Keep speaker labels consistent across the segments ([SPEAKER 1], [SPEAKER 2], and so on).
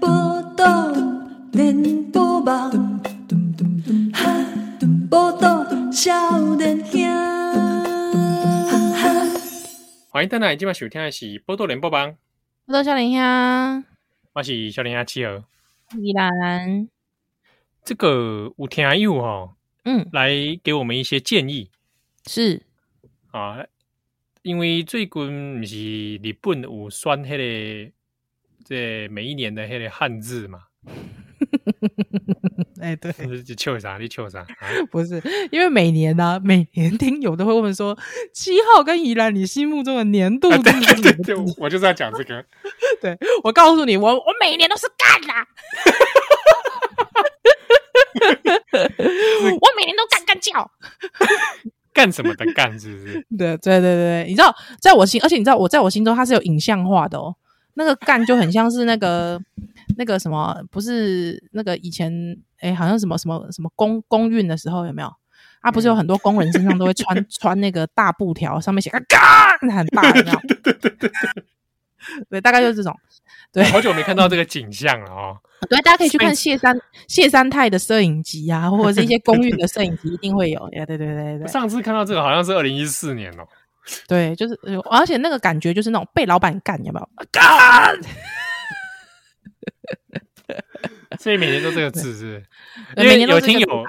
[SPEAKER 1] 报道连波网，报道少年兄。哈哈
[SPEAKER 2] 欢迎登来，今晚收听的是《波多连播帮》，
[SPEAKER 3] 我到小林乡，
[SPEAKER 2] 我是少年阿七儿。
[SPEAKER 3] 依然，
[SPEAKER 2] 这个有听友哦，
[SPEAKER 3] 嗯，
[SPEAKER 2] 来给我们一些建议
[SPEAKER 3] 是，
[SPEAKER 2] 啊，因为最近不是日本有选迄、个，这每一年的迄个汉字嘛，
[SPEAKER 4] 哎、对，
[SPEAKER 2] 你笑啥？你笑啥？啊
[SPEAKER 4] 不是因为每年呢、每年听友都会问说，七号跟宜兰，你心目中的年度
[SPEAKER 2] 啊
[SPEAKER 4] 字
[SPEAKER 2] 对
[SPEAKER 4] 是
[SPEAKER 2] 对
[SPEAKER 4] 什么
[SPEAKER 2] 对，
[SPEAKER 4] 字？
[SPEAKER 2] 我就是要讲这个。
[SPEAKER 4] 对我告诉你，我我每年都是干啦，
[SPEAKER 3] 我每年都干干叫，
[SPEAKER 2] 干什么的干是不是？
[SPEAKER 4] 对对对对，你知道，在我心，而且你知道，我在我心中它是有影像化的哦。那个干就很像是那个那个什么，不是那个以前哎，好像什么什么什么公公运的时候有没有？啊，不是有很多工人身上都会穿 穿那个大布条，上面写个“干”很大，有没有？对对对 对，大概就是这种。对
[SPEAKER 2] 好久没看到这个景象了哦。
[SPEAKER 4] 哦对，大家可以去
[SPEAKER 2] 上一
[SPEAKER 4] 看 谢三谢三泰的摄影集啊，或者是一些公寓的摄影集，一定会有。对对对对 对
[SPEAKER 2] 上次看到这个好像是二零一四年哦。
[SPEAKER 4] 对，就是，呃而且那个感觉就是那种被老板干，有没有？
[SPEAKER 2] 干。所以每年都这个字是不是，
[SPEAKER 4] 对
[SPEAKER 2] 因为
[SPEAKER 4] 每年都
[SPEAKER 2] 有
[SPEAKER 4] 这个
[SPEAKER 2] 听
[SPEAKER 4] 字
[SPEAKER 2] 友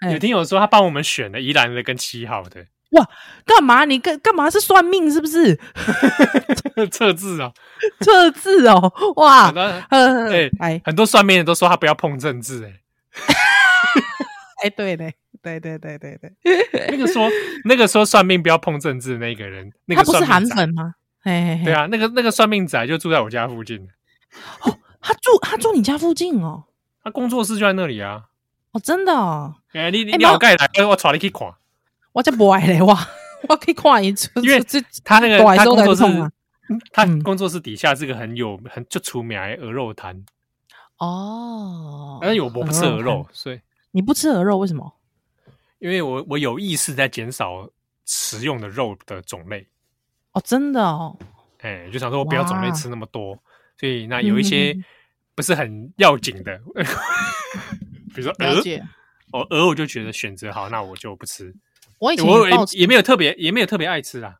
[SPEAKER 4] 哎
[SPEAKER 2] 有听友说他帮我们选了宜兰的跟七号的
[SPEAKER 4] 干嘛？你干干嘛是算命是不是？
[SPEAKER 2] 测字啊，
[SPEAKER 4] 测字哦，哇
[SPEAKER 2] 很，多
[SPEAKER 4] 呃，
[SPEAKER 2] 对
[SPEAKER 4] 哎
[SPEAKER 2] 很多算命的都说他不要碰正字，哎，
[SPEAKER 4] 哎，对嘞，对对对对对，
[SPEAKER 2] 那个说那个说算命不要碰正字的那个人，那
[SPEAKER 4] 他
[SPEAKER 2] 个
[SPEAKER 4] 不是
[SPEAKER 2] 算
[SPEAKER 4] 韩
[SPEAKER 2] 命仔，
[SPEAKER 4] 粉欸吗？嘿嘿
[SPEAKER 2] 对
[SPEAKER 4] 嘿，
[SPEAKER 2] 啊，那个那个算命仔就住在我家附近，
[SPEAKER 4] 他住他住你家附近哦，
[SPEAKER 2] 他工作室就在那里啊。
[SPEAKER 4] 哦，真的哦，
[SPEAKER 2] 哎，你你
[SPEAKER 4] 哎
[SPEAKER 2] 你
[SPEAKER 4] 没有
[SPEAKER 2] 好盖来，我我带你去看。
[SPEAKER 4] 我这不爱嘞哇， 我可以看一出，
[SPEAKER 2] 因为
[SPEAKER 4] 这
[SPEAKER 2] 他那个
[SPEAKER 4] 大
[SPEAKER 2] 他
[SPEAKER 4] 的时候
[SPEAKER 2] 工
[SPEAKER 4] 才
[SPEAKER 2] 作室
[SPEAKER 4] 不痛啊，
[SPEAKER 2] 他
[SPEAKER 4] 嗯
[SPEAKER 2] 工作室底下是个很有很就出名的鹅肉摊，
[SPEAKER 4] 哦，
[SPEAKER 2] 但是有我不吃鹅
[SPEAKER 4] 很好
[SPEAKER 2] 肉
[SPEAKER 4] 看，，
[SPEAKER 2] 所以
[SPEAKER 4] 你不吃鹅肉为什么？
[SPEAKER 2] 因为我我有意识在减少食用的肉的种类，
[SPEAKER 4] 哦，真的哦，
[SPEAKER 2] 哎，就想说我不要种类
[SPEAKER 4] 哇
[SPEAKER 2] 吃那么多，所以那有一些
[SPEAKER 4] 嗯嗯
[SPEAKER 2] 不是很要紧的， 比如说
[SPEAKER 3] 了
[SPEAKER 2] 鹅，
[SPEAKER 3] 解。
[SPEAKER 2] 哦鹅我就觉得选择好，那我就不吃，
[SPEAKER 4] 我以前
[SPEAKER 2] 我
[SPEAKER 4] 也
[SPEAKER 2] 也
[SPEAKER 4] 抱持
[SPEAKER 2] 也没有特别也没有特别爱吃啦，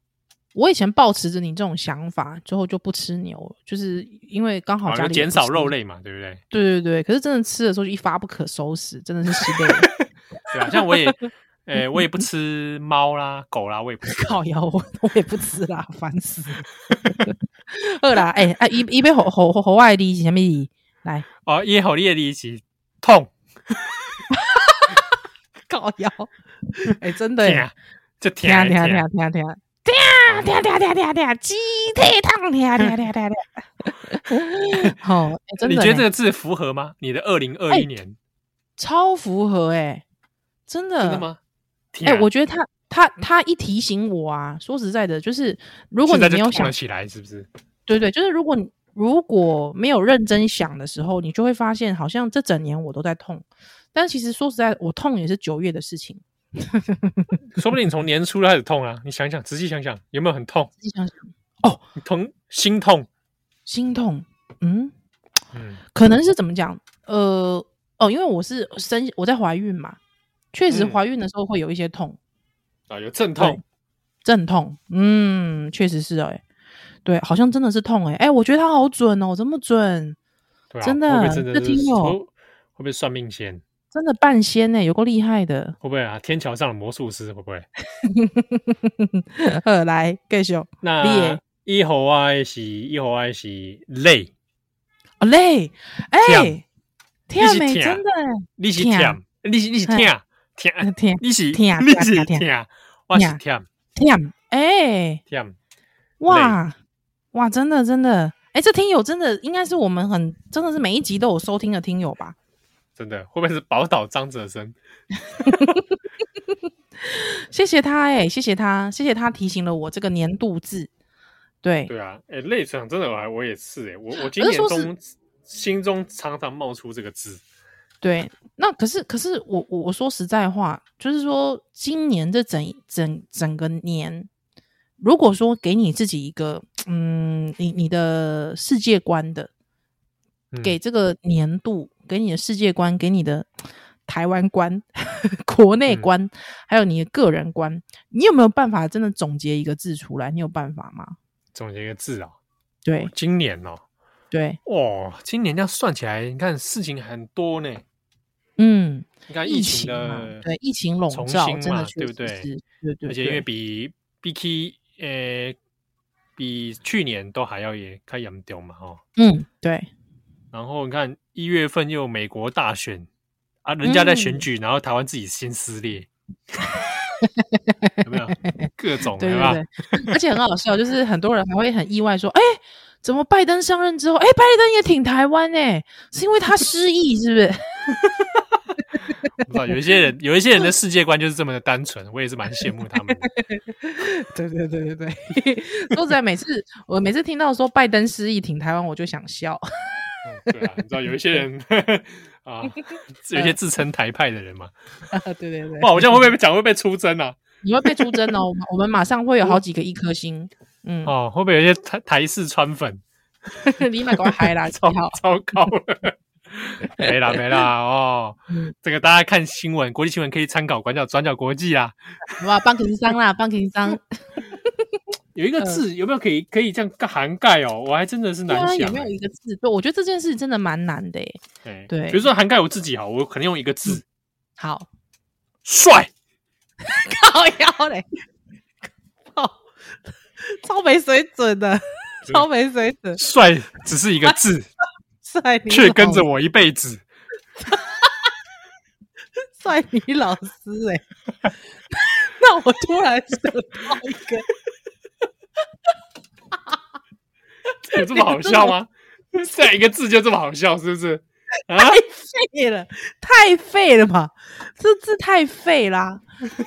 [SPEAKER 4] 我以前抱持着你这种想法，最后就不吃牛了，就是因为刚好
[SPEAKER 2] 好
[SPEAKER 4] 哦家
[SPEAKER 2] 就
[SPEAKER 4] 里也
[SPEAKER 2] 减
[SPEAKER 4] 不
[SPEAKER 2] 少
[SPEAKER 4] 吃
[SPEAKER 2] 肉。类嘛，对不对？
[SPEAKER 4] 对对对，可是真的吃的时候就一发不可收拾，真的是吃累了。
[SPEAKER 2] 对吧？啊像我也，哎，我也不吃猫啦狗啦，我也不吃。
[SPEAKER 4] 靠腰我我也不吃啦，烦 死了。饿啦，哎、啊，一一杯猴猴猴外的是什么的？来，
[SPEAKER 2] 哦，耶吼列力起痛，
[SPEAKER 4] 靠腰， 哎、真的
[SPEAKER 2] 对
[SPEAKER 4] 耶，
[SPEAKER 2] 啊，就
[SPEAKER 4] 听
[SPEAKER 2] 甜
[SPEAKER 4] 啊
[SPEAKER 2] 啊
[SPEAKER 4] 听啊听
[SPEAKER 2] 甜
[SPEAKER 4] 啊
[SPEAKER 2] 啊，
[SPEAKER 4] 听啊听啊听啊听啊听啊听啊听啊，鸡腿汤听啊听啊听啊听啊听啊， 好、哎真的
[SPEAKER 2] 你
[SPEAKER 4] 呢，哎
[SPEAKER 2] 觉得这个字符合吗？你的二零二一年
[SPEAKER 4] 超符合哎、真的
[SPEAKER 2] 真的？吗？
[SPEAKER 4] 哎、
[SPEAKER 2] 天啊
[SPEAKER 4] 我觉得他他他一提醒我啊，说实在的，就是如果
[SPEAKER 2] 现
[SPEAKER 4] 你
[SPEAKER 2] 在就
[SPEAKER 4] 没有
[SPEAKER 2] 痛
[SPEAKER 4] 想
[SPEAKER 2] 了起来，是不是？
[SPEAKER 4] 对对，就是如果你如果没有认真想的时候，你就会发现，好像这整年我都在痛。但其实说实在，我痛也是九月的事情。
[SPEAKER 2] 说不定你从年初就开始痛啊！你想想，仔细想想，有没有很痛？
[SPEAKER 4] 仔细想想，
[SPEAKER 2] 你痛，心痛，
[SPEAKER 4] 心痛，嗯，
[SPEAKER 2] 嗯，
[SPEAKER 4] 可能是怎么讲？呃，哦，因为我是生我在怀孕嘛，确实
[SPEAKER 2] 嗯
[SPEAKER 4] 怀孕的时候会有一些痛，
[SPEAKER 2] 啊，有阵痛，
[SPEAKER 4] 阵痛，嗯，确实是哎、对，好像真的是痛哎、哎、我觉得他好准哦，这么准，
[SPEAKER 2] 对啊，
[SPEAKER 4] 真的
[SPEAKER 2] 会不会真的
[SPEAKER 4] 这
[SPEAKER 2] 是
[SPEAKER 4] 听友
[SPEAKER 2] 会会不会算命仙？
[SPEAKER 4] 真的半仙呢、欸有够厉害的。
[SPEAKER 2] 会不会啊？天桥上的魔术师会不会？
[SPEAKER 4] 呃，来继续，你
[SPEAKER 2] 那
[SPEAKER 4] 耶
[SPEAKER 2] 一猴爱是一猴爱是累，
[SPEAKER 4] 哦嘞，哎、
[SPEAKER 2] 忝
[SPEAKER 4] 天
[SPEAKER 2] 你是
[SPEAKER 4] 美
[SPEAKER 2] 忝
[SPEAKER 4] 真的欸、
[SPEAKER 2] 你是
[SPEAKER 4] 痛
[SPEAKER 2] 舔，你是你是
[SPEAKER 4] 嘿
[SPEAKER 2] 舔舔
[SPEAKER 4] 呃天
[SPEAKER 2] 你是
[SPEAKER 4] 痛
[SPEAKER 2] 你是
[SPEAKER 4] 痛痛
[SPEAKER 2] 舔，我是
[SPEAKER 4] 痛
[SPEAKER 2] 舔
[SPEAKER 4] 天，哎、
[SPEAKER 2] 舔。
[SPEAKER 4] 哇哇，真的真的，哎、这听友真的应该是我们很真的是每一集都有收听的听友吧？
[SPEAKER 2] 真的会不会是宝岛张哲生？
[SPEAKER 4] 谢谢他、哎，谢谢他，谢谢他提醒了我这个年度字。对，
[SPEAKER 2] 对啊，哎、类似真的我还我也是哎、我我今
[SPEAKER 4] 可
[SPEAKER 2] 年
[SPEAKER 4] 是说
[SPEAKER 2] 中心中常常冒出这个字，
[SPEAKER 4] 对，那可是可是我我我说实在话，就是说今年这整整整个年，如果说给你自己一个嗯，你你的世界观的，
[SPEAKER 2] 嗯
[SPEAKER 4] 给这个年度，给你的世界观，给你的台湾观、 国内
[SPEAKER 2] 嗯
[SPEAKER 4] 观，还有你的个人观，你有没有办法真的总结一个字出来？你有办法吗？
[SPEAKER 2] 总结一个字啊，
[SPEAKER 4] 对
[SPEAKER 2] 今年哦，
[SPEAKER 4] 对，
[SPEAKER 2] 哦，今年这样算起来，你看事情很多呢。
[SPEAKER 4] 嗯，
[SPEAKER 2] 你看
[SPEAKER 4] 疫
[SPEAKER 2] 情
[SPEAKER 4] 情嘛
[SPEAKER 2] 的，，
[SPEAKER 4] 对疫情笼
[SPEAKER 2] 重
[SPEAKER 4] 罩
[SPEAKER 2] 新，
[SPEAKER 4] 真的
[SPEAKER 2] 嘛
[SPEAKER 4] 确
[SPEAKER 2] 对不
[SPEAKER 4] 实
[SPEAKER 2] 对
[SPEAKER 4] 是？对对，
[SPEAKER 2] 而且因为
[SPEAKER 4] 对
[SPEAKER 2] 比比起呃比去年都还要也开严重嘛哦。
[SPEAKER 4] 嗯对。
[SPEAKER 2] 然后你看一月份又有美国大选啊，人家在选
[SPEAKER 4] 嗯
[SPEAKER 2] 举，然后台湾自己先撕 裂，有没有各种
[SPEAKER 4] 对
[SPEAKER 2] 有啊没有
[SPEAKER 4] 对对，而且很好笑，就是很多人还会很意外说：“哎、怎么拜登上任之后，哎、拜登也挺台湾哎、是因为他失忆是不是
[SPEAKER 2] 我不知道有一些人有一些人的世界观就是这么的单纯，我也是蛮羡慕他们的。？”
[SPEAKER 4] 对 对对对对， 说实在，每次我每次听到说拜登失忆挺台湾，我就想笑。
[SPEAKER 2] 嗯对啊，你知道有一些人 啊，有一些自称台派的人嘛，
[SPEAKER 4] 对对对，
[SPEAKER 2] 哇，我这样会不会讲会被出征啊？
[SPEAKER 4] 你会被出征哦，我们我们马上会有好几个一颗星。嗯，
[SPEAKER 2] 哦，会不会有一些台台式川粉
[SPEAKER 4] 你买个嗨啦，你
[SPEAKER 2] 糟
[SPEAKER 4] 好，
[SPEAKER 2] 糟糕了？没啦没啦哦
[SPEAKER 4] 嗯，
[SPEAKER 2] 这个大家看新闻，国际新闻可以参考转角转角国际啦。
[SPEAKER 4] 哇，棒情商啦，棒情 商，
[SPEAKER 2] 有一个字有没有可以可以这样涵盖哦？我还真的是
[SPEAKER 4] 嗯对
[SPEAKER 2] 难
[SPEAKER 4] 啊，
[SPEAKER 2] 想欸。
[SPEAKER 4] 有没有一个字？对，我觉得这件事真的蛮难的耶。欸
[SPEAKER 2] 哎
[SPEAKER 4] 对嗯
[SPEAKER 2] 比如说涵盖我自己好，我可能用一个字
[SPEAKER 4] 好，
[SPEAKER 2] “帅
[SPEAKER 4] 靠腰嘞，靠，超没水准的，
[SPEAKER 2] 对
[SPEAKER 4] 超没水”，准，
[SPEAKER 2] 帅只是一个字，
[SPEAKER 4] 帅你
[SPEAKER 2] 却跟着
[SPEAKER 4] 我，
[SPEAKER 2] 我一辈 子。
[SPEAKER 4] 帅你老师哎、 那我突然想到一个，
[SPEAKER 2] 有这么好笑吗？ 再一个字就这么好笑，是不 是？啊，
[SPEAKER 4] 废了，太废了吧？这字太废啦，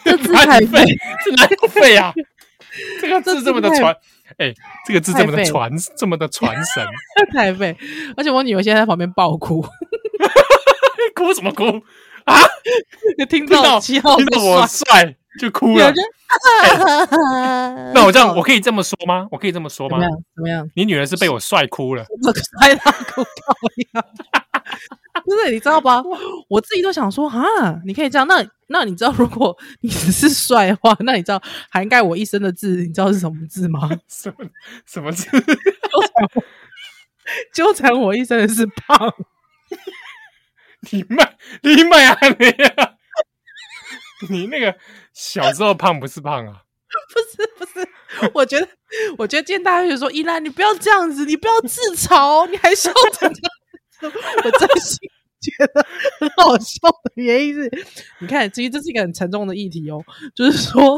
[SPEAKER 4] 这字
[SPEAKER 2] 哪
[SPEAKER 4] 太
[SPEAKER 2] 里
[SPEAKER 4] 废
[SPEAKER 2] 废，，这哪里废啊？这个
[SPEAKER 4] 这
[SPEAKER 2] 字
[SPEAKER 4] 字
[SPEAKER 2] 这么的
[SPEAKER 4] 太
[SPEAKER 2] 传，哎、这个字这么的
[SPEAKER 4] 太废
[SPEAKER 2] 传，这么的传 神，
[SPEAKER 4] 太废，而且我女儿现在在旁边爆哭，
[SPEAKER 2] 哭什么哭？听
[SPEAKER 4] 听
[SPEAKER 2] 到
[SPEAKER 4] 到七号
[SPEAKER 2] 听
[SPEAKER 4] 被
[SPEAKER 2] 到我
[SPEAKER 4] 刷，
[SPEAKER 2] 帅就哭
[SPEAKER 4] 女
[SPEAKER 2] 了哎
[SPEAKER 4] 儿就。
[SPEAKER 2] 那我这样，我可以这么说吗？我可以这么说
[SPEAKER 4] 哦
[SPEAKER 2] 吗
[SPEAKER 4] 怎么？样？怎么样？
[SPEAKER 2] 你女儿是被我帅哭 了，
[SPEAKER 4] 我摔到狗靠腰。 不是，你知道吧？我自己都想说啊，你可以这样。那那你知道，如果你只是帅的话，那你知道涵盖我一生的字，你知道是什么字吗？
[SPEAKER 2] 什么什么字？
[SPEAKER 4] 纠缠我一生的是胖。
[SPEAKER 2] 你卖你卖啊你 啊！你那个小时候胖不是胖 啊？
[SPEAKER 4] 不是不是， 我觉得我觉得今天大家就说依兰，你不要这样子，你不要自嘲，你还笑成这样子，我真心。觉得很好笑的原因是，你看，其实这是一个很沉重的议题哦，就是说，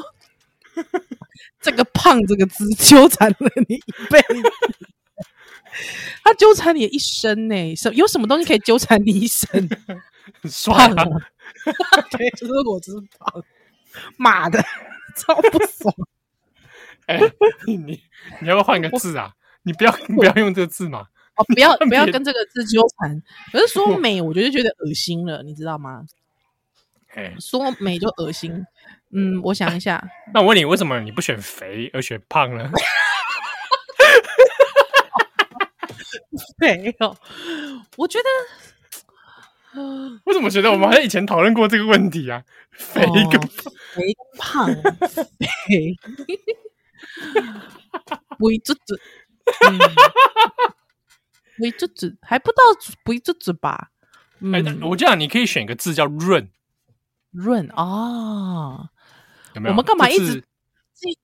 [SPEAKER 4] 这个“胖”这个字纠缠了你一辈子，它纠缠你的一生呢。什有什么东西可以纠缠你一生？
[SPEAKER 2] 很帅啊
[SPEAKER 4] 胖！啊对，就是我，就是胖，妈的，超不爽。
[SPEAKER 2] 哎、你你你要不要换个字啊？你不要你不要用这个字嘛！
[SPEAKER 4] 哦，不要
[SPEAKER 2] 别
[SPEAKER 4] 不要跟这个字纠缠。可是 说美，我觉得就觉得恶心了，你知道吗？
[SPEAKER 2] 哎、
[SPEAKER 4] 说美就恶心。嗯，我想一下，
[SPEAKER 2] 那我问你，为什么你不选肥而选胖呢？
[SPEAKER 4] 没有，我觉 得
[SPEAKER 2] 为什么觉得我们好像以前讨论过这个问题啊？肥跟
[SPEAKER 4] 哦肥跟胖肥，肥猪猪，嗯肥猪猪还不到肥猪猪吧？
[SPEAKER 2] 哎、
[SPEAKER 4] 嗯，
[SPEAKER 2] 我这样你可以选个字叫润，
[SPEAKER 4] 润哦，
[SPEAKER 2] 有没有？
[SPEAKER 4] 我们干嘛一
[SPEAKER 2] 这
[SPEAKER 4] 直
[SPEAKER 2] 字？
[SPEAKER 4] 自己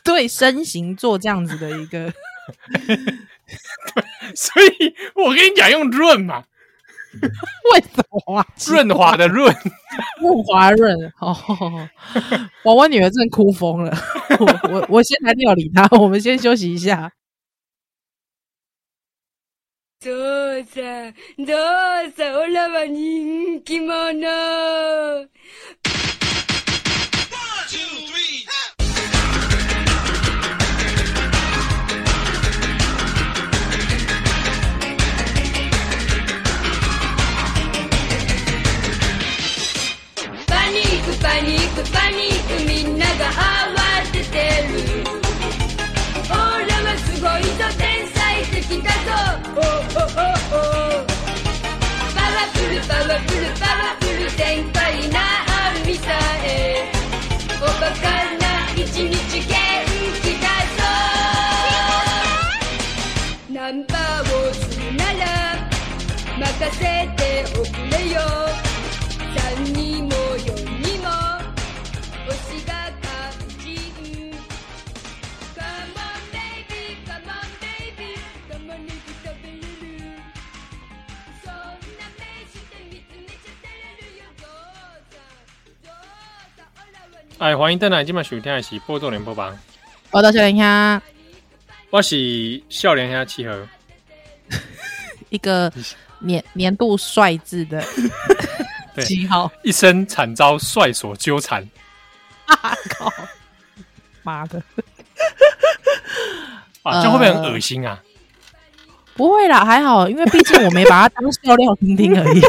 [SPEAKER 4] 对身形做这样子的一个？
[SPEAKER 2] 所以我跟你讲，用润嘛，
[SPEAKER 4] 为什么啊？
[SPEAKER 2] 润滑的润，
[SPEAKER 4] 润滑润哦，我我女儿真的哭疯了，我我我先来料理她，我们先休息一下。
[SPEAKER 5] 父さん、父さん、オラは人気者。
[SPEAKER 6] One, two, three,
[SPEAKER 5] ニックパニックみんなが慌ててるオーラはすごいぞ天才的だぞおおおおパワフルパワフルパワフル先輩なみさえおバカな一日元気だぞナンバーをするなら任せておくれよ3にも4にも星が肝心 Come on baby, come on baby, come on 生き延びるそんな目して見つめちゃってるよどうぞどうぞ俺は
[SPEAKER 2] 哎，欢迎登来，今晚收听的是《波动联播榜》，
[SPEAKER 4] 我到小林香
[SPEAKER 2] 我是笑脸兄七和，
[SPEAKER 4] 一个年年度帅字的
[SPEAKER 2] 对
[SPEAKER 4] 七号，
[SPEAKER 2] 一生惨遭帅所纠缠。
[SPEAKER 4] 啊靠！妈的，
[SPEAKER 2] 啊，这会不会很恶心啊？
[SPEAKER 4] 不会啦，还好，因为毕竟我没把它当笑料听听而已。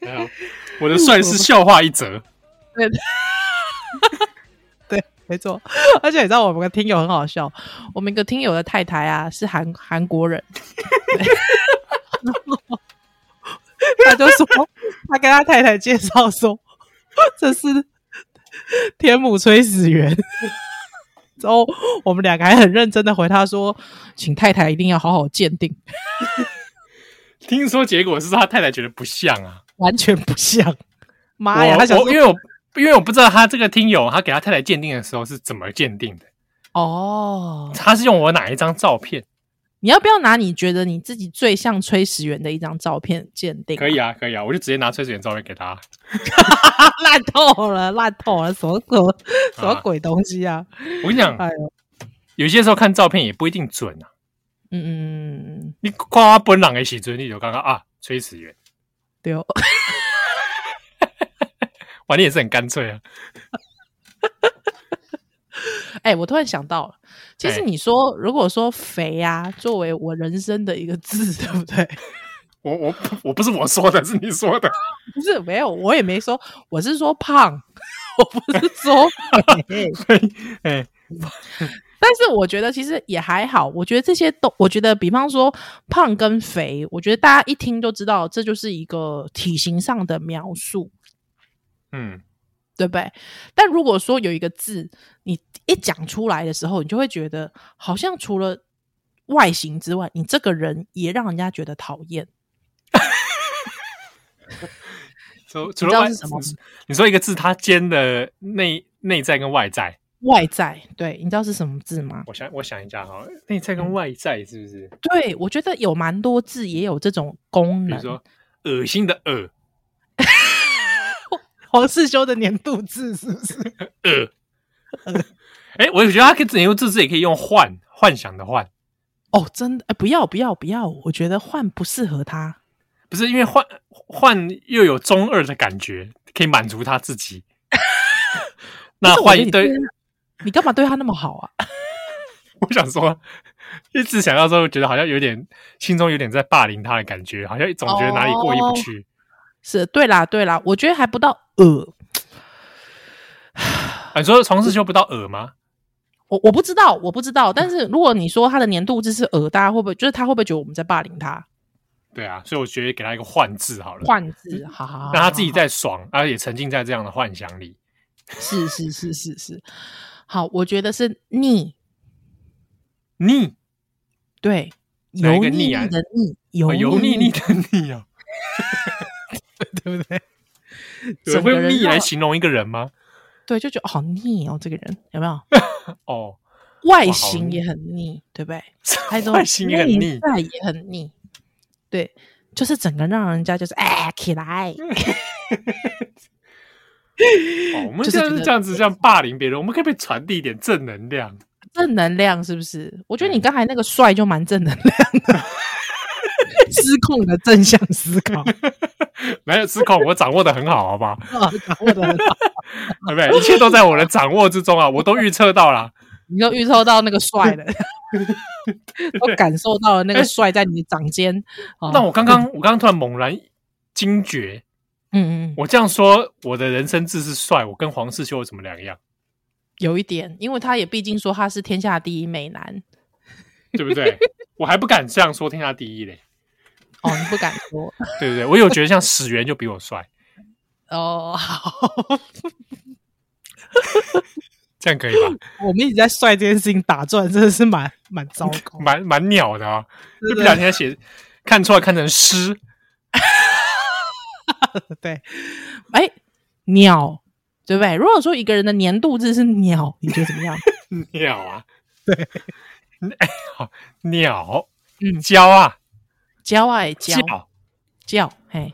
[SPEAKER 2] 没有哎我的帅是笑话一则，
[SPEAKER 4] 对，没错。 而且你知道我们的听友很好笑，我们一个听友的太太啊是韩韩国人， 对他就说他跟他太太介绍说这是天母崔始源。之后，我们两个还很认真的回他说：“请太太一定要好好鉴定，
[SPEAKER 2] 听说结果是他太太觉得不像啊。
[SPEAKER 4] 完全不像。”妈哎呀，
[SPEAKER 2] 我
[SPEAKER 4] 他想说
[SPEAKER 2] 我因为我因为我不知道他这个听友他给他太太鉴定的时候是怎么鉴定的，
[SPEAKER 4] 哦，
[SPEAKER 2] 他是用我哪一张照片？
[SPEAKER 4] 你要不要拿你觉得你自己最像崔始源的一张照片鉴定、
[SPEAKER 2] 可以啊，可以啊，我就直接拿崔始源照片给他。
[SPEAKER 4] 烂透了，烂透了，什么鬼，什么鬼东西啊！
[SPEAKER 2] 我跟你讲，
[SPEAKER 4] 哎呦，
[SPEAKER 2] 有些时候看照片也不一定准啊。
[SPEAKER 4] 嗯嗯嗯，
[SPEAKER 2] 你夸本朗的时准，你就刚刚啊，崔始源，
[SPEAKER 4] 对哦，
[SPEAKER 2] 哇，你也是很干脆啊。
[SPEAKER 4] 哎、我突然想到了，其实
[SPEAKER 2] 哎
[SPEAKER 4] 你说，如果说肥啊，作为我人生的一个字， 对不对？
[SPEAKER 2] 我我我不是我说的，是你说的。
[SPEAKER 4] 不是，没有，我也没说，我是说胖， 我不是说肥。
[SPEAKER 2] 哎，
[SPEAKER 4] 但是我觉得其实也还好，我觉得这些都，我觉得比方说胖跟肥，我觉得大家一听就知道，这就是一个体型上的描述。
[SPEAKER 2] 嗯，
[SPEAKER 4] 对不对？但如果说有一个字，你一讲出来的时候，你就会觉得好像除了外形之外，你这个人也让人家觉得讨厌。
[SPEAKER 2] 除除
[SPEAKER 4] 你知
[SPEAKER 2] 了
[SPEAKER 4] 道
[SPEAKER 2] 外嗯
[SPEAKER 4] 是什么吗？
[SPEAKER 2] 你说一个字，它兼了内内在跟外在。
[SPEAKER 4] 外在，对，你知道是什么字吗？
[SPEAKER 2] 我想我想一下哈，内在
[SPEAKER 4] 嗯
[SPEAKER 2] 跟外在是不是？
[SPEAKER 4] 对，我觉得有蛮多字也有这种功
[SPEAKER 2] 比如
[SPEAKER 4] 能。
[SPEAKER 2] 说恶心的恶，
[SPEAKER 4] 黄世修的年度字是不是？
[SPEAKER 2] 哎，我觉得它可以只能用这字，也可以用幻幻想的幻，
[SPEAKER 4] 哦，真的，哎，不要不要不要，我觉得换不适合他。
[SPEAKER 2] 不是因为幻幻又有中二的感觉，可以满足他自 己。那
[SPEAKER 4] 不是我
[SPEAKER 2] 换一
[SPEAKER 4] 觉得你
[SPEAKER 2] 堆
[SPEAKER 4] 对，他你干嘛对他那么好啊？
[SPEAKER 2] 我想说，一直想到之后，觉得好像有点心中有点在霸凌他的感觉，好像总觉得哪里过意不去。
[SPEAKER 4] 是对啦对啦，我觉得还不到呃，哦
[SPEAKER 2] 啊你说床事修不到耳吗？
[SPEAKER 4] 我我不知道，我不知道。但是如果你说他的年度字是鹅，大家会不会就是他会不会觉得我们在霸凌他？
[SPEAKER 2] 对啊，所以我觉得给他一个幻字好了，
[SPEAKER 4] 换字，好好
[SPEAKER 2] 嗯
[SPEAKER 4] 好，
[SPEAKER 2] 让他自己
[SPEAKER 4] 好
[SPEAKER 2] 在爽，而且沉浸在这样的幻想里。
[SPEAKER 4] 好是是是是是，好，我觉得是腻，
[SPEAKER 2] 腻，
[SPEAKER 4] 对，
[SPEAKER 2] 哪一
[SPEAKER 4] 油
[SPEAKER 2] 个
[SPEAKER 4] 腻
[SPEAKER 2] 腻
[SPEAKER 4] 腻
[SPEAKER 2] 啊
[SPEAKER 4] 的腻，油
[SPEAKER 2] 哦油腻腻，的腻 哦，
[SPEAKER 4] 对不 对？
[SPEAKER 2] 有
[SPEAKER 4] 整
[SPEAKER 2] 人
[SPEAKER 4] 个
[SPEAKER 2] 会
[SPEAKER 4] 人
[SPEAKER 2] 用腻
[SPEAKER 4] 让
[SPEAKER 2] 来形容一个人吗？
[SPEAKER 4] 对，就觉得好腻哦，这个人有没有？
[SPEAKER 2] 哦，
[SPEAKER 4] 外
[SPEAKER 2] 好
[SPEAKER 4] 形
[SPEAKER 2] 腻
[SPEAKER 4] 也很腻，对不对？还有这种
[SPEAKER 2] 外形也很
[SPEAKER 4] 内
[SPEAKER 2] 腻
[SPEAKER 4] 在也很腻，对，就是整个让人家就是哎起
[SPEAKER 2] 嗯
[SPEAKER 4] 来，
[SPEAKER 2] 哦我们
[SPEAKER 4] 就是
[SPEAKER 2] 这样
[SPEAKER 4] 觉
[SPEAKER 2] 子
[SPEAKER 4] 得
[SPEAKER 2] 这样子这样霸凌别人，我们可不可以传递一点正能量？
[SPEAKER 4] 正能量是不是？我觉得你刚才那个帅就蛮正能量 的，失控的正向思 考，
[SPEAKER 2] 没有失控，我掌握的很好，好 吧？
[SPEAKER 4] 啊掌握的很好。
[SPEAKER 2] 对不对？一切都在我的掌握之中啊，我都预测到了。
[SPEAKER 4] 你就预测到那个帅 了，都感受到了那个帅在你的掌间。哦
[SPEAKER 2] 那我刚刚我刚刚突然猛然惊觉，
[SPEAKER 4] 嗯嗯，
[SPEAKER 2] 我这样说，我的人生自是帅，我跟黄世修有什么两样？
[SPEAKER 4] 有一点，因为他也毕竟说他是天下第一美男
[SPEAKER 2] 对不 对？我还不敢这样说天下第一嘞，
[SPEAKER 4] 哦，你不敢说
[SPEAKER 2] 对不对？我有觉得像史源就比我帅，
[SPEAKER 4] 哦，好，
[SPEAKER 2] 这样可以吧？，
[SPEAKER 4] 我们一直在帅这件事情打转，真的是蛮蛮糟糕
[SPEAKER 2] 蛮蛮鸟的啊，
[SPEAKER 4] 真
[SPEAKER 2] 就
[SPEAKER 4] 的
[SPEAKER 2] 不小心写看错了，看成诗，
[SPEAKER 4] 对，哎，鸟，对不对？如果说一个人的年度字是鸟，你觉得怎么样？
[SPEAKER 2] 鸟啊， 对，哎，好鸟，
[SPEAKER 4] 嗯
[SPEAKER 2] 交啊，
[SPEAKER 4] 骄爱骄
[SPEAKER 2] 叫，
[SPEAKER 4] 骄，嘿，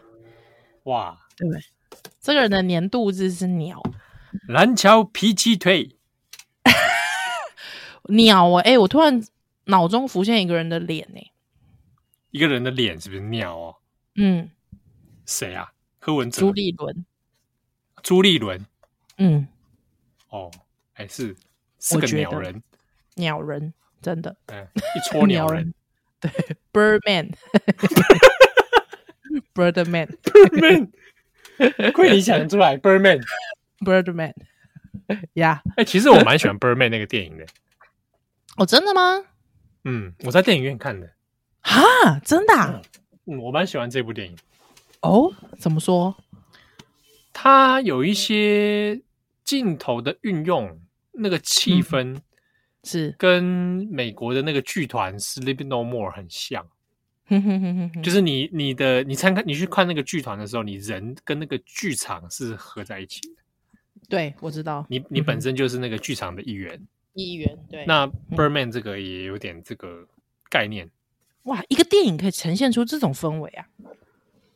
[SPEAKER 2] 哇，
[SPEAKER 4] 对不对？这个人的年度字是鸟，
[SPEAKER 2] 蓝桥皮鸡腿，
[SPEAKER 4] 鸟啊！哎，我突然脑中浮现一个人的脸哎呢、
[SPEAKER 2] 一个人的脸是不是鸟哦？
[SPEAKER 4] 嗯，
[SPEAKER 2] 谁啊？柯文哲
[SPEAKER 4] 朱，立伦，
[SPEAKER 2] 朱立伦，
[SPEAKER 4] 嗯，
[SPEAKER 2] 哦，哎是是个
[SPEAKER 4] 我觉得
[SPEAKER 2] 鸟人，
[SPEAKER 4] 鸟人，真的
[SPEAKER 2] 嗯，一撮鸟人，
[SPEAKER 4] ，Birdman。Birdman,
[SPEAKER 2] Birdman，亏你 想得出来 Birdman。
[SPEAKER 4] Birdman，呀，
[SPEAKER 2] 哎、其实我蛮喜欢 Birdman 那个电影的。
[SPEAKER 4] 哦，真的吗？
[SPEAKER 2] 嗯，我在电影院看的。
[SPEAKER 4] 哈，真的、啊？
[SPEAKER 2] 嗯，我蛮喜欢这部电影。
[SPEAKER 4] 哦，怎么说？
[SPEAKER 2] 它有一些镜头的运用，那个
[SPEAKER 4] 嗯
[SPEAKER 2] 气氛
[SPEAKER 4] 是，
[SPEAKER 2] 跟美国的那个剧团 Sleep No More 很像。
[SPEAKER 4] 哼哼哼哼 哼
[SPEAKER 2] 就是你你的你参看你去看那个剧团的时候，你人跟那个剧场是合在一起的。
[SPEAKER 4] 对，我知道。
[SPEAKER 2] 你你
[SPEAKER 4] 嗯
[SPEAKER 2] 本
[SPEAKER 4] 哼
[SPEAKER 2] 身就是那个剧场的一员。
[SPEAKER 4] 议员对嗯
[SPEAKER 2] 那 Birdman 这个也有点这个概念。
[SPEAKER 4] 哇，一个电影可以呈现出这种氛围啊！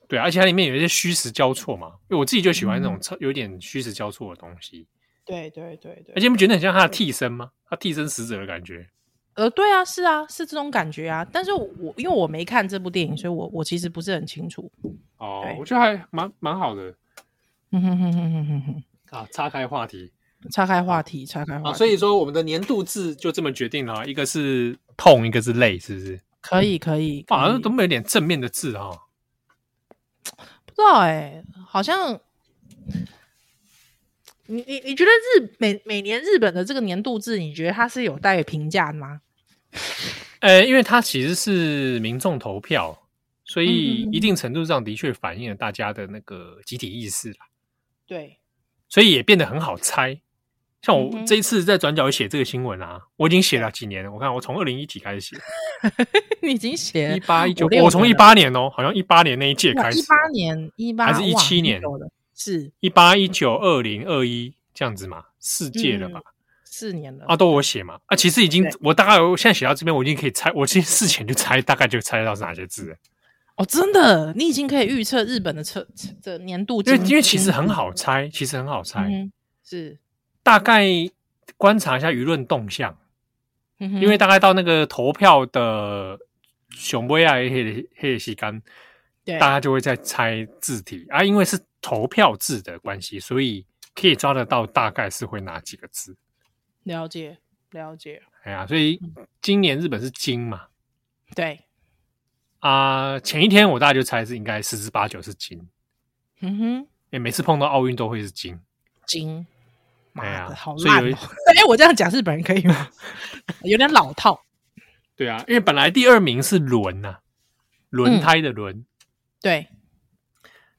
[SPEAKER 2] 对啊，而且它里面有一些虚实交错嘛，因为我自己就喜欢
[SPEAKER 4] 嗯
[SPEAKER 2] 那种超有点虚实交错的东西，
[SPEAKER 4] 对对对对
[SPEAKER 2] 而且你不觉得很像他的替身吗？他替身使者的感觉，
[SPEAKER 4] 呃，对啊，是啊，是这种感觉啊。但是我我因为我没看这部电影，所以我我其实不是很清楚。
[SPEAKER 2] 哦
[SPEAKER 4] 对
[SPEAKER 2] 我觉得还蛮蛮好的
[SPEAKER 4] 哼嗯哼哼哼哼哼哼，
[SPEAKER 2] 啊。岔开话题
[SPEAKER 4] 岔开话题，岔开话
[SPEAKER 2] 啊，
[SPEAKER 4] 题，
[SPEAKER 2] 所以说我们的年度制就这么决定了，一个是痛，一个是累，是不是？
[SPEAKER 4] 可以可以，
[SPEAKER 2] 哇好
[SPEAKER 4] 可
[SPEAKER 2] 像
[SPEAKER 4] 以
[SPEAKER 2] 都没有点正面的字哈、哦。
[SPEAKER 4] 不知道哎、好像你你你觉得日每每年日本的这个年度制，你觉得它是有待评价的吗？
[SPEAKER 2] 呃，因为它其实是民众投票，所以
[SPEAKER 4] 嗯嗯嗯
[SPEAKER 2] 一定程度上的确反映了大家的那个集体意识啦。
[SPEAKER 4] 对，
[SPEAKER 2] 所以也变得很好猜。像
[SPEAKER 4] 嗯
[SPEAKER 2] 我
[SPEAKER 4] 哼
[SPEAKER 2] 这一次在转角写这个新闻啊，我已经写了几年了。我看我从二零一几开始写，
[SPEAKER 4] 你已经写
[SPEAKER 2] 一八一九
[SPEAKER 4] 五呃六，
[SPEAKER 2] 我从一
[SPEAKER 4] 年了
[SPEAKER 2] 八年哦，好像一八年那一届开始
[SPEAKER 4] 一，八年一八
[SPEAKER 2] 还是
[SPEAKER 4] 哇
[SPEAKER 2] 17
[SPEAKER 4] 很
[SPEAKER 2] 年
[SPEAKER 4] 久了是
[SPEAKER 2] 一八一九二零二一这样子嘛，四届
[SPEAKER 4] 嗯
[SPEAKER 2] 了吧？
[SPEAKER 4] 四年了
[SPEAKER 2] 啊，都我写嘛。啊，其实已经
[SPEAKER 4] 对
[SPEAKER 2] 我大概我现在写到这边，我已经可以猜，我其实事前就猜，大概就猜到是哪些字了，
[SPEAKER 4] 哦，真的，你已经可以预测日本的测的年度
[SPEAKER 2] 因
[SPEAKER 4] 经，
[SPEAKER 2] 为因为其实很好猜，其实很好猜，
[SPEAKER 4] 嗯嗯哼是，
[SPEAKER 2] 大概观察一下舆论动向。
[SPEAKER 4] 嗯哼
[SPEAKER 2] 因为大概到那个投票的熊威啊，黑黑西干，
[SPEAKER 4] 对
[SPEAKER 2] 大家就会在猜字体啊，因为是投票制的关系，所以可以抓得到大概是会哪几个字。
[SPEAKER 4] 了解了解，
[SPEAKER 2] 哎呀，所以
[SPEAKER 4] 嗯
[SPEAKER 2] 今年日本是金嘛
[SPEAKER 4] 对，
[SPEAKER 2] 啊，前一天我大概就猜是应该十之八九是金，
[SPEAKER 4] 嗯哼，
[SPEAKER 2] 哎，每次碰到奥运都会是金，
[SPEAKER 4] 金，
[SPEAKER 2] 哎
[SPEAKER 4] 妈
[SPEAKER 2] 呀
[SPEAKER 4] 的，好
[SPEAKER 2] 所以
[SPEAKER 4] 烂
[SPEAKER 2] 有一
[SPEAKER 4] 哦！ 哎，我这样讲日本人可以吗？有点老套，
[SPEAKER 2] 对啊，因为本来第二名是轮呐、
[SPEAKER 4] 嗯
[SPEAKER 2] 轮胎的轮，
[SPEAKER 4] 对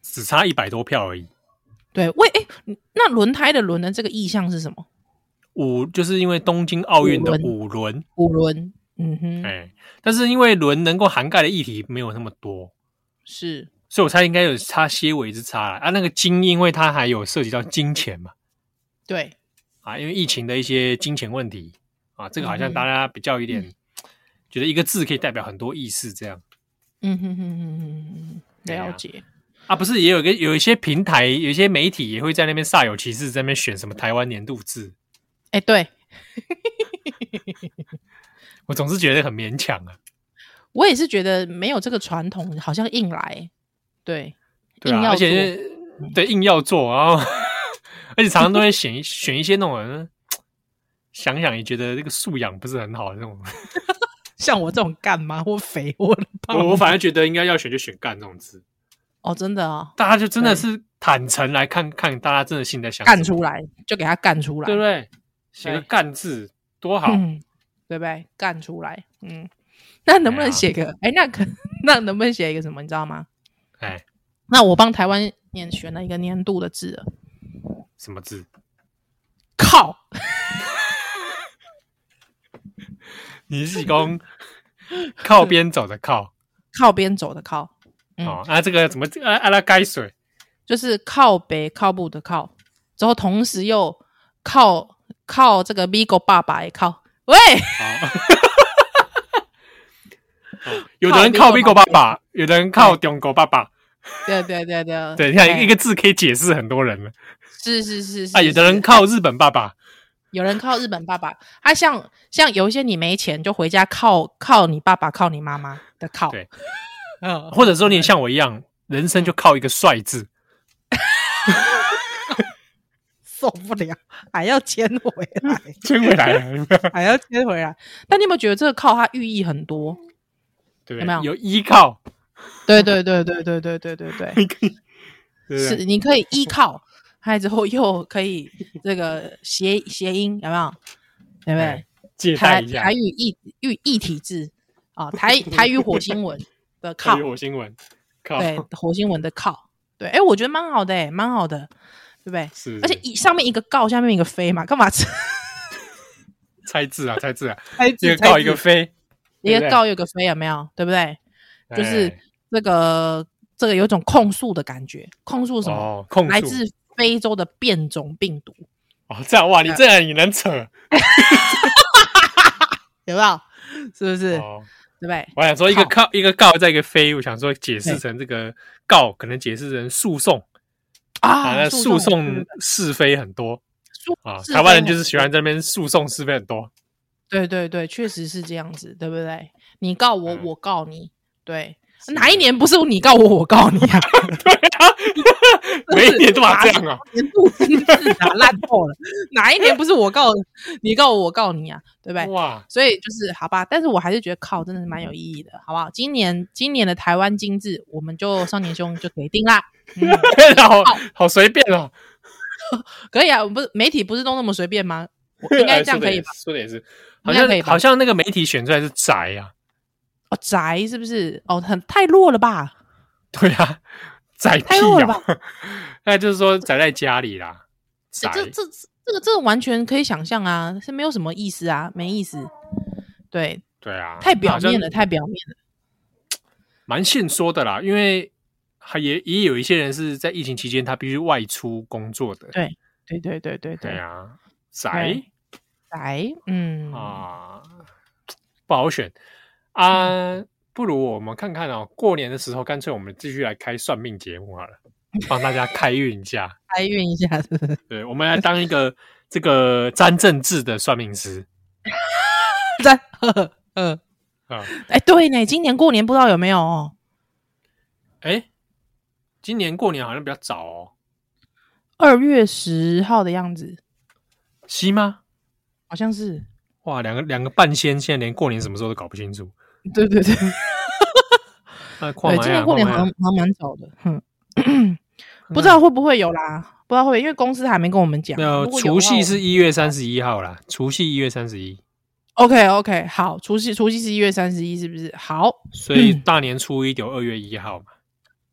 [SPEAKER 2] 只差一百多票而已。
[SPEAKER 4] 对，喂，哎，那轮胎的轮的这个意象是什么？
[SPEAKER 2] 五就是因为东京奥运的五轮，
[SPEAKER 4] 五轮，嗯哼，
[SPEAKER 2] 哎，但是因为轮能够涵盖的议题没有那么多，
[SPEAKER 4] 是，
[SPEAKER 2] 所以我猜应该有差些微之差啦啊。那个金，因为它还有涉及到金钱嘛，
[SPEAKER 4] 对，
[SPEAKER 2] 啊，因为疫情的一些金钱问题啊，这个好像
[SPEAKER 4] 嗯
[SPEAKER 2] 大家比较有点、觉得一个字可以代表很多意思这样
[SPEAKER 4] 嗯哼哼哼哼哼，
[SPEAKER 2] 哎呀
[SPEAKER 4] 了解，
[SPEAKER 2] 啊。不是也有一个有一些平台，有一些媒体也会在那边煞有其事，在那边选什么台湾年度字，
[SPEAKER 4] 哎，对
[SPEAKER 2] 我总是觉得很勉强啊。
[SPEAKER 4] 我也是觉得没有这个传统，好像硬来，对，
[SPEAKER 2] 对
[SPEAKER 4] 硬
[SPEAKER 2] 啊，
[SPEAKER 4] 要
[SPEAKER 2] 而且是对硬要做，然后 而且常常都会选一选一些那种嗯想想也觉得这个素养不是很好的那 种。
[SPEAKER 4] 像我这种干嘛或肥或
[SPEAKER 2] 我我反而觉得应该要选就选干这种字，
[SPEAKER 4] 哦，真的啊、
[SPEAKER 2] 大家就真的是坦诚来看看大家真的心里在想
[SPEAKER 4] 干
[SPEAKER 2] 什么
[SPEAKER 4] 出来，就给他干出来，
[SPEAKER 2] 对不对？写个
[SPEAKER 4] 对
[SPEAKER 2] 干字多好，哎
[SPEAKER 4] 嗯，对不对？干出来，嗯，那能不能写个？ 哎、那可那能不能写一个什么？你知道吗？
[SPEAKER 2] 哎，
[SPEAKER 4] 那我帮台湾年选了一个年度的字了，
[SPEAKER 2] 什么字？
[SPEAKER 4] 靠，
[SPEAKER 2] 你是讲靠边走的靠
[SPEAKER 4] 靠边走的靠，嗯
[SPEAKER 2] 哦，啊，这个怎么啊啊拉该水
[SPEAKER 4] 就是靠北靠步的靠，之后同时又靠靠这个 Vigo 爸爸也靠，喂，
[SPEAKER 2] 哦哦有的人靠美
[SPEAKER 4] 美
[SPEAKER 2] 国
[SPEAKER 4] 国
[SPEAKER 2] 爸
[SPEAKER 4] 爸
[SPEAKER 2] 爸，有的人靠中国爸爸，
[SPEAKER 4] 对对对对，
[SPEAKER 2] 对，你看
[SPEAKER 4] 哎
[SPEAKER 2] 一个字可以解释很多人了
[SPEAKER 4] 是是是是
[SPEAKER 2] 啊。有的人
[SPEAKER 4] 是
[SPEAKER 2] 靠日本爸爸，
[SPEAKER 4] 有人靠日本爸爸，啊，像像有一些你没钱就回家靠靠你爸爸靠你妈妈的靠，
[SPEAKER 2] 对
[SPEAKER 4] 哦
[SPEAKER 2] 或者说你也像我一样，人生就靠一个帅字。
[SPEAKER 4] 受不了，还要牵回 来，
[SPEAKER 2] 圈回来啊了，有没有
[SPEAKER 4] 还要牵回来。但你有没有觉得这个靠它寓意很多？
[SPEAKER 2] 对
[SPEAKER 4] 有
[SPEAKER 2] 不
[SPEAKER 4] 没
[SPEAKER 2] 对？
[SPEAKER 4] 有
[SPEAKER 2] 有依靠，
[SPEAKER 4] 对对对对对对对对对，
[SPEAKER 2] 你可以对哎不
[SPEAKER 4] 是
[SPEAKER 2] 对？
[SPEAKER 4] 你可以依靠，还之后又可以这个谐谐音，有没有？对不对
[SPEAKER 2] 哎？借贷
[SPEAKER 4] 台
[SPEAKER 2] 一下
[SPEAKER 4] 台，语一语一体字啊， 台台语火星文的靠
[SPEAKER 2] 台语，我新闻靠，
[SPEAKER 4] 对火星文的靠，对，哎，我觉得蛮好的，哎，蛮好的，对不对？
[SPEAKER 2] 是，
[SPEAKER 4] 而且一上面一个告，下面一个飞嘛，干嘛？
[SPEAKER 2] 猜字啊，猜字啊，
[SPEAKER 4] 一
[SPEAKER 2] 一个告一个飞，
[SPEAKER 4] 一
[SPEAKER 2] 对不
[SPEAKER 4] 个
[SPEAKER 2] 对
[SPEAKER 4] 告一个飞，有没有？对不对？就是
[SPEAKER 2] 哎
[SPEAKER 4] 这个这个有一种控诉的感觉，控诉什么？
[SPEAKER 2] 哦，控
[SPEAKER 4] 来
[SPEAKER 2] 诉
[SPEAKER 4] 自非洲的变种病毒，
[SPEAKER 2] 哦，这样哇，
[SPEAKER 4] 啊
[SPEAKER 2] 你这样你能扯
[SPEAKER 4] 有没有？是不是？
[SPEAKER 2] 哦？
[SPEAKER 4] 对不对？
[SPEAKER 2] 我想说一个
[SPEAKER 4] 靠
[SPEAKER 2] 靠一个告再一个飞，我想说解释成这个告可能解释成诉讼啊，
[SPEAKER 4] 啊，
[SPEAKER 2] 那诉
[SPEAKER 4] 对对
[SPEAKER 2] 讼
[SPEAKER 4] 对
[SPEAKER 2] 是非很多
[SPEAKER 4] 诉
[SPEAKER 2] 啊，
[SPEAKER 4] 是
[SPEAKER 2] 台湾人
[SPEAKER 4] 非
[SPEAKER 2] 就是喜欢在那边诉讼是非很 多，
[SPEAKER 4] 对对对，确实是这样子，对不对？你告我，
[SPEAKER 2] 嗯
[SPEAKER 4] 我告你，对。
[SPEAKER 2] 是
[SPEAKER 4] 哪一年不是你告我，我告你啊？
[SPEAKER 2] 每一年都把这样啊，
[SPEAKER 4] 年度真是啊，烂透了。哪一年不是我告你告我，我告你啊？对不对？
[SPEAKER 2] 哇，
[SPEAKER 4] 所以就是好吧，但是我还是觉得靠真的是蛮有意义的，好不好？今年今年的台湾精致，我们就少年兄就可以定啦。 嗯、
[SPEAKER 2] 啊好好随便哦，
[SPEAKER 4] 可以啊，我不是媒体不是都那么随便吗？我应该这样可 以吧？
[SPEAKER 2] 哎说的也是，好
[SPEAKER 4] 应该可
[SPEAKER 2] 像
[SPEAKER 4] 以吧
[SPEAKER 2] 好像那个媒体选出来是宅啊，
[SPEAKER 4] 哦，宅是不是？哦，很太弱了吧？
[SPEAKER 2] 对啊，宅屁
[SPEAKER 4] 太弱了吧
[SPEAKER 2] 啊， 那就是说宅在家里啦，
[SPEAKER 4] 这
[SPEAKER 2] 宅
[SPEAKER 4] 这这这个这个完全可以想象啊，是没有什么意思啊，没意思。对，
[SPEAKER 2] 对啊，
[SPEAKER 4] 太表面
[SPEAKER 2] 好
[SPEAKER 4] 了，
[SPEAKER 2] 像
[SPEAKER 4] 太表面了。
[SPEAKER 2] 蛮现说的啦，因为还也也有一些人是在疫情期间他必须外出工作的，
[SPEAKER 4] 对对对对对
[SPEAKER 2] 对
[SPEAKER 4] 对，
[SPEAKER 2] 啊，宅
[SPEAKER 4] 宅，嗯，嗯
[SPEAKER 2] 啊不好选啊，不如我们看看哦，过年的时候干脆我们继续来开算命节目好了，帮大家开运一下，
[SPEAKER 4] 开运一下是不是？
[SPEAKER 2] 对，我们来当一个这个沾政治的算命师
[SPEAKER 4] 在， 嗯，
[SPEAKER 2] 啊，
[SPEAKER 4] 哎，对呢，今年过年不知道有没有哦。
[SPEAKER 2] 哎，今年过年好像比较早哦，
[SPEAKER 4] 二月十号的样子，
[SPEAKER 2] 西吗？
[SPEAKER 4] 好像是。
[SPEAKER 2] 哇，两个两个半仙，现在连过年什么时候都搞不清楚。
[SPEAKER 4] 对对对，
[SPEAKER 2] 那跨
[SPEAKER 4] 对，
[SPEAKER 2] 马
[SPEAKER 4] 今
[SPEAKER 2] 呀
[SPEAKER 4] 年过年
[SPEAKER 2] 跨
[SPEAKER 4] 好
[SPEAKER 2] 马
[SPEAKER 4] 像
[SPEAKER 2] 呀
[SPEAKER 4] 好像蛮早的，哼，嗯 不知道会不会有啦，不知道会不会，因为公司还没跟我们讲。
[SPEAKER 2] 没有，
[SPEAKER 4] 如果的
[SPEAKER 2] 除
[SPEAKER 4] 话
[SPEAKER 2] 夕是一月三十一号啦，除夕一月三十一，
[SPEAKER 4] OK OK，好，除夕除夕是一月三十一，是不是？好，
[SPEAKER 2] 所以
[SPEAKER 4] 嗯
[SPEAKER 2] 大年初一有二月一号嘛。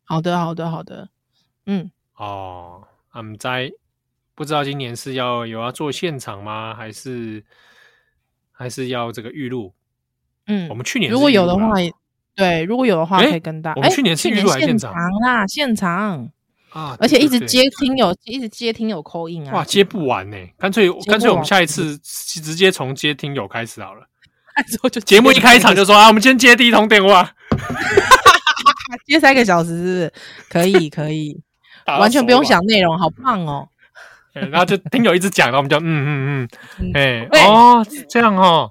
[SPEAKER 4] 好的，好的，好的，嗯，
[SPEAKER 2] 哦，俺在不知道今年是要有要做现场吗？还是还是要这个预录？
[SPEAKER 4] 嗯
[SPEAKER 2] 我，们去年
[SPEAKER 4] 如果有的
[SPEAKER 2] 是预录啦
[SPEAKER 4] 话，对，如果有的话
[SPEAKER 2] 诶
[SPEAKER 4] 可以跟大
[SPEAKER 2] 我
[SPEAKER 4] 家。
[SPEAKER 2] 们
[SPEAKER 4] 诶
[SPEAKER 2] 去年是
[SPEAKER 4] 去年
[SPEAKER 2] 预录还是现
[SPEAKER 4] 现
[SPEAKER 2] 场
[SPEAKER 4] 场啦，现场，
[SPEAKER 2] 啊，
[SPEAKER 4] 而且一
[SPEAKER 2] 对对
[SPEAKER 4] 直
[SPEAKER 2] 对
[SPEAKER 4] 接听友，一直接听友扣印
[SPEAKER 2] 哇
[SPEAKER 4] 啊，
[SPEAKER 2] 接不完呢，干脆
[SPEAKER 4] 完嗯
[SPEAKER 2] 干脆我们下一次直接从接听友开始好了。
[SPEAKER 4] 之后就
[SPEAKER 2] 节目一开场就说啊，我们先接第一通电话，
[SPEAKER 4] 接三个小时，是不是？可 以，可以，
[SPEAKER 2] 打到
[SPEAKER 4] 完全不用
[SPEAKER 2] 手啊软
[SPEAKER 4] 想内容，好棒哦。
[SPEAKER 2] 哎然后就听友一直讲，然后我们就嗯嗯嗯，哎、
[SPEAKER 4] 喂
[SPEAKER 2] 哦，这样哦，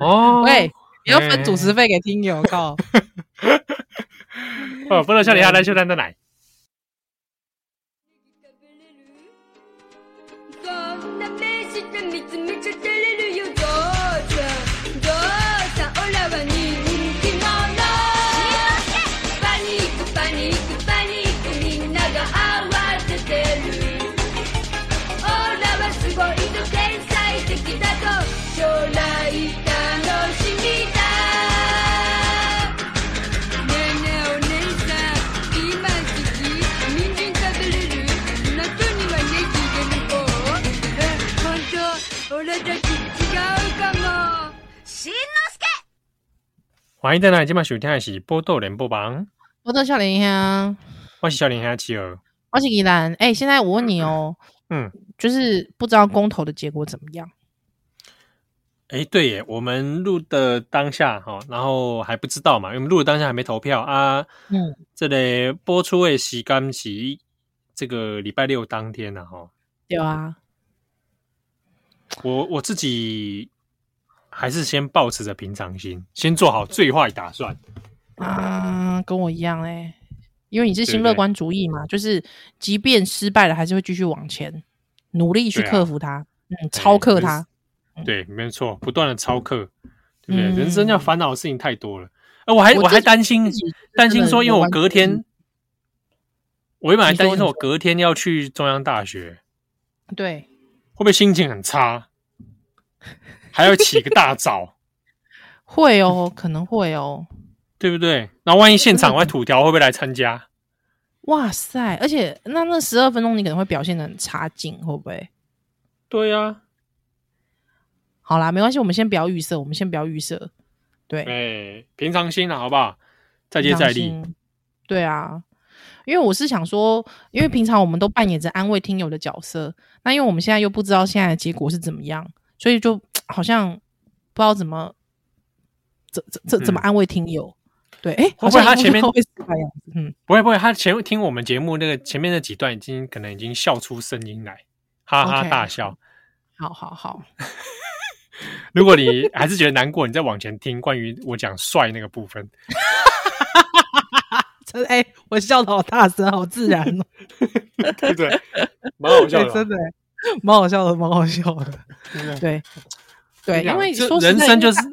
[SPEAKER 2] 哦，
[SPEAKER 4] 喂，你要
[SPEAKER 2] 哎
[SPEAKER 4] 分主持费给听友， 靠！
[SPEAKER 2] 哦，不能笑你下来，秀蛋蛋奶，
[SPEAKER 5] そんな目して見つめちゃ照れるよどうせどうせオラは人気者パニックパニックパニックみんなが慌てて
[SPEAKER 2] 欢迎回来，今晚收听的是《波豆联播榜》，
[SPEAKER 4] 我的笑脸香，
[SPEAKER 2] 我是小林黑企鹅。
[SPEAKER 4] 我是宜兰。哎、现在我问你哦，
[SPEAKER 2] 嗯，
[SPEAKER 4] 就是不知道公投的结果怎么样？
[SPEAKER 2] 哎，对耶，我们录的当下哈，然后还不知道嘛，因为我们录的当下还没投票啊。
[SPEAKER 4] 嗯，
[SPEAKER 2] 这里播出的时间是这个礼拜六当天呐、啊、哈。
[SPEAKER 4] 对啊，
[SPEAKER 2] 我我自己还是先保持着平常心，先做好最坏打算。
[SPEAKER 4] 啊，跟我一样哎、因为你是
[SPEAKER 2] 对
[SPEAKER 4] 新
[SPEAKER 2] 不
[SPEAKER 4] 乐
[SPEAKER 2] 对
[SPEAKER 4] 观主义嘛，就是即便失败了，还是会继续往前，努力去
[SPEAKER 2] 对啊
[SPEAKER 4] 克服它，嗯，超克它。
[SPEAKER 2] 对，没错，不断的超课，对不对？
[SPEAKER 4] 嗯
[SPEAKER 2] 人生要烦恼的事情太多了。哎、我还
[SPEAKER 4] 我
[SPEAKER 2] 我还
[SPEAKER 4] 自己
[SPEAKER 2] 担心
[SPEAKER 4] 自己
[SPEAKER 2] 担心说，因为我隔
[SPEAKER 4] 真的嗯
[SPEAKER 2] 天，我原本还担
[SPEAKER 4] 你
[SPEAKER 2] 心说
[SPEAKER 4] 说
[SPEAKER 2] 我隔天要去中央大学，
[SPEAKER 4] 对，
[SPEAKER 2] 会不会心情很差？还要起个大早，
[SPEAKER 4] 会哦，可能会哦。
[SPEAKER 2] 对不对？然后万一现场我还土条会不会来参加？
[SPEAKER 4] 哇塞！而且那那十二分钟你可能会表现的很差劲，会不会？
[SPEAKER 2] 对呀、啊，
[SPEAKER 4] 好啦，没关系，我们先不要预设，我们先不要预设。对，
[SPEAKER 2] 哎，平常心了，好不好？再接再厉
[SPEAKER 4] 平，常心。对啊，因为我是想说，因为平常我们都扮演着安慰听友的角色，那因为我们现在又不知道现在的结果是怎么样，所以就好像不知道怎么怎怎怎怎么
[SPEAKER 2] 嗯
[SPEAKER 4] 安慰听友。对，哎，
[SPEAKER 2] 会不会
[SPEAKER 4] 好像
[SPEAKER 2] 他前面
[SPEAKER 4] 应该会是这样子？嗯，
[SPEAKER 2] 不会不会，他前听我们节目那个前面那几段已经可能已经笑出声音来，哈哈
[SPEAKER 4] OK
[SPEAKER 2] 大笑。
[SPEAKER 4] 好好好，
[SPEAKER 2] 如果你还是觉得难过，你再往前听关于我讲帅那个部 分。
[SPEAKER 4] 真哎，我笑的好大声，好自然哦，
[SPEAKER 2] 对不对？蛮好笑
[SPEAKER 4] 对，
[SPEAKER 2] 的
[SPEAKER 4] 真
[SPEAKER 2] 吧，
[SPEAKER 4] 的哎蛮好笑的，蛮好笑的。
[SPEAKER 2] 对不对
[SPEAKER 4] 对，
[SPEAKER 2] 我跟
[SPEAKER 4] 对，
[SPEAKER 2] 你
[SPEAKER 4] 因
[SPEAKER 2] 讲
[SPEAKER 4] 为
[SPEAKER 2] 这
[SPEAKER 4] 说实
[SPEAKER 2] 人
[SPEAKER 4] 在
[SPEAKER 2] 生
[SPEAKER 4] 因
[SPEAKER 2] 就
[SPEAKER 4] 为嗯
[SPEAKER 2] 是
[SPEAKER 4] 大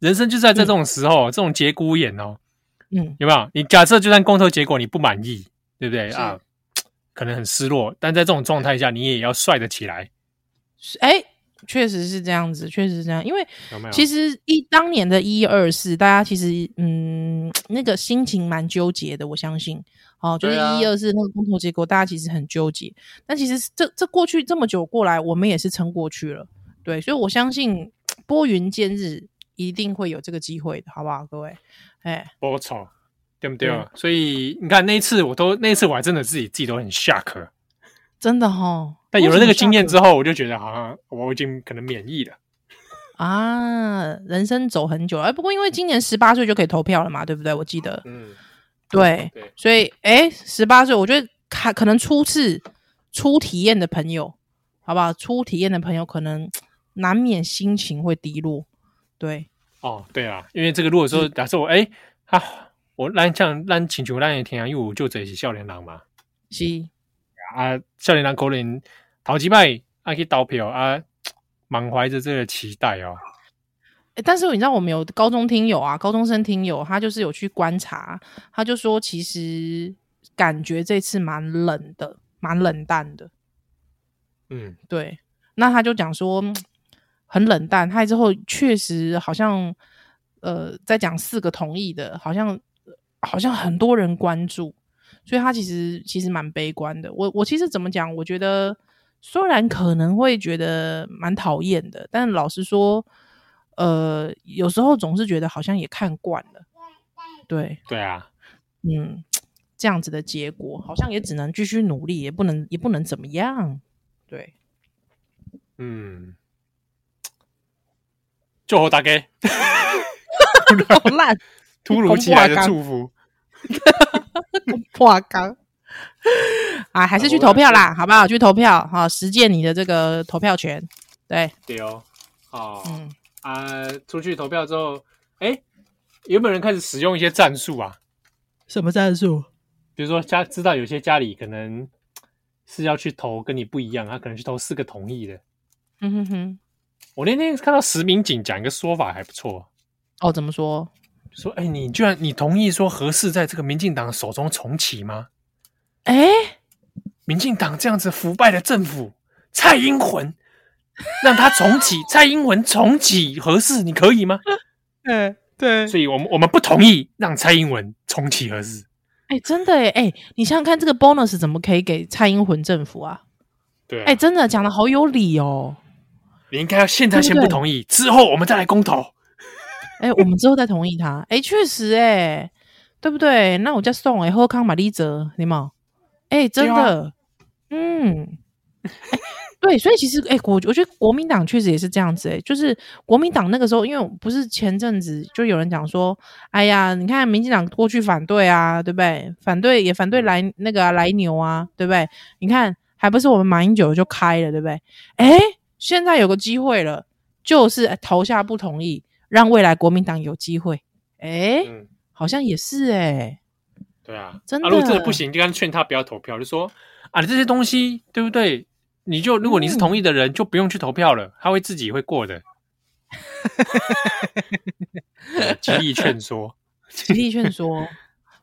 [SPEAKER 2] 人生，就是在这种时候，这种节骨眼哦，
[SPEAKER 4] 嗯，
[SPEAKER 2] 有没有？你假设就算公投结果你不满意，对不对
[SPEAKER 4] 是
[SPEAKER 2] 啊？可能很失落，但在这种状态下，你也要帅得起来，
[SPEAKER 4] 是哎，确实是这样子，确实是这样，因为。
[SPEAKER 2] 有没有？
[SPEAKER 4] 其
[SPEAKER 2] 实
[SPEAKER 4] 实一当年的一二四，大家其实嗯那个心情蛮纠结的，我相信。哦，就是
[SPEAKER 2] 对啊
[SPEAKER 4] 一二四那个公投结果，大家其实很纠结。但其实这这过去这么久过来，我们也是撑过去了，对，所以我相信拨云见日，一定会有这个机会的，好不好，各位？哎，
[SPEAKER 2] 我操，对不对
[SPEAKER 4] 对？
[SPEAKER 2] 所以你看那一次，我都那一次我还真的自己自己都很 shock，
[SPEAKER 4] 真的哦哈。
[SPEAKER 2] 但有了那个经验之
[SPEAKER 4] 后
[SPEAKER 2] 后，我就觉得好像我已经可能免疫了。
[SPEAKER 4] 啊，人生走很久了。哎，不过因为今年十八岁就可以投票了嘛，对不对？我记得，
[SPEAKER 2] 嗯，
[SPEAKER 4] 对，
[SPEAKER 2] 对，
[SPEAKER 4] 所以，哎，十八岁，我觉得看可能初次初体验的朋友，好不好？初体验的朋友可能难免心情会低落，对，
[SPEAKER 2] 哦，对啊，因为这个如果说假设我哎、啊，我咱像咱请求咱也听啊，因为我就这是少年郎嘛，
[SPEAKER 4] 是，
[SPEAKER 2] 啊，少年郎可能头几摆啊去投票啊，满怀着这个期待哦，
[SPEAKER 4] 诶哎但是你知道我们有高中听友啊，高中生听友，他就是有去观察，他就说其实感觉这次蛮冷的，蛮冷淡的，
[SPEAKER 2] 嗯，
[SPEAKER 4] 对，那他就讲说嗯很冷淡，他之后确实好像呃在讲四个同意的，好像好像很多人关注，所以他其实其实蛮悲观的。我我其实怎么讲，我觉得虽然可能会觉得蛮讨厌的，但老实说，呃，有时候总是觉得好像也看惯了，对，
[SPEAKER 2] 对啊，
[SPEAKER 4] 嗯。这样子的结果，好像也只能继续努力，也不能也不能怎么样，对。
[SPEAKER 2] 嗯，祝福大家
[SPEAKER 4] 好烂，
[SPEAKER 2] 突如其来的祝福，
[SPEAKER 4] 破缸。啊，还是去投票啦，好不好？去投票，好，实践你的这个投票权。对，
[SPEAKER 2] 对哦，哦、
[SPEAKER 4] 嗯，
[SPEAKER 2] 啊，出去投票之后，哎，有没有人开始使用一些战术啊？
[SPEAKER 4] 什么战术？
[SPEAKER 2] 比如说家知道有些家里可能是要去投跟你不一样，他可能去投四个同意的。
[SPEAKER 4] 嗯哼哼，
[SPEAKER 2] 我那天看到石明景讲一个说法还不错，
[SPEAKER 4] 哦，怎么说？
[SPEAKER 2] 就说：“哎，你居然你同意说合适在这个民进党手中重启吗？
[SPEAKER 4] 哎，
[SPEAKER 2] 民进党这样子腐败的政府，蔡英文让他重启，蔡英文重启合适，你可以吗？
[SPEAKER 4] 对对，
[SPEAKER 2] 所以我们我们不同意让蔡英文重启合适。
[SPEAKER 4] 哎，真的哎，哎，你想想看，这个 bonus 怎么可以给蔡英文政府啊？
[SPEAKER 2] 对
[SPEAKER 4] 哎，真的讲的好有理哦。
[SPEAKER 2] 你应该要现在先
[SPEAKER 4] 对
[SPEAKER 2] 不
[SPEAKER 4] 对
[SPEAKER 2] 同意，之后我们再来公投。
[SPEAKER 4] 哎、我们之后再同意他。哎、确实、哎，对不对？那我就送哎、后康玛丽泽，你冇？哎、真的，嗯，哎对，所以其实哎、我我觉得国民党确实也是这样子、哎，就是国民党那个时候，因为我不是前阵子就有人讲说，哎呀，你看民进党过去反对啊，对不对？反对也反对来那个啊、来牛啊，对不对？你看，还不是我们马英九就开了，对不对？哎，现在有个机会了，就是哎投下不同意，让未来国民党有机会。哎，
[SPEAKER 2] 嗯，
[SPEAKER 4] 好像也是哎，
[SPEAKER 2] 对啊，
[SPEAKER 4] 真
[SPEAKER 2] 啊，如果真的
[SPEAKER 4] 的
[SPEAKER 2] 不行，就跟他劝他不要投票，就说啊，你这些东西对不对？你就如果你是同意的人，就不用去投票了，他会自己会过 的。对极力劝说，
[SPEAKER 4] 极力劝 说，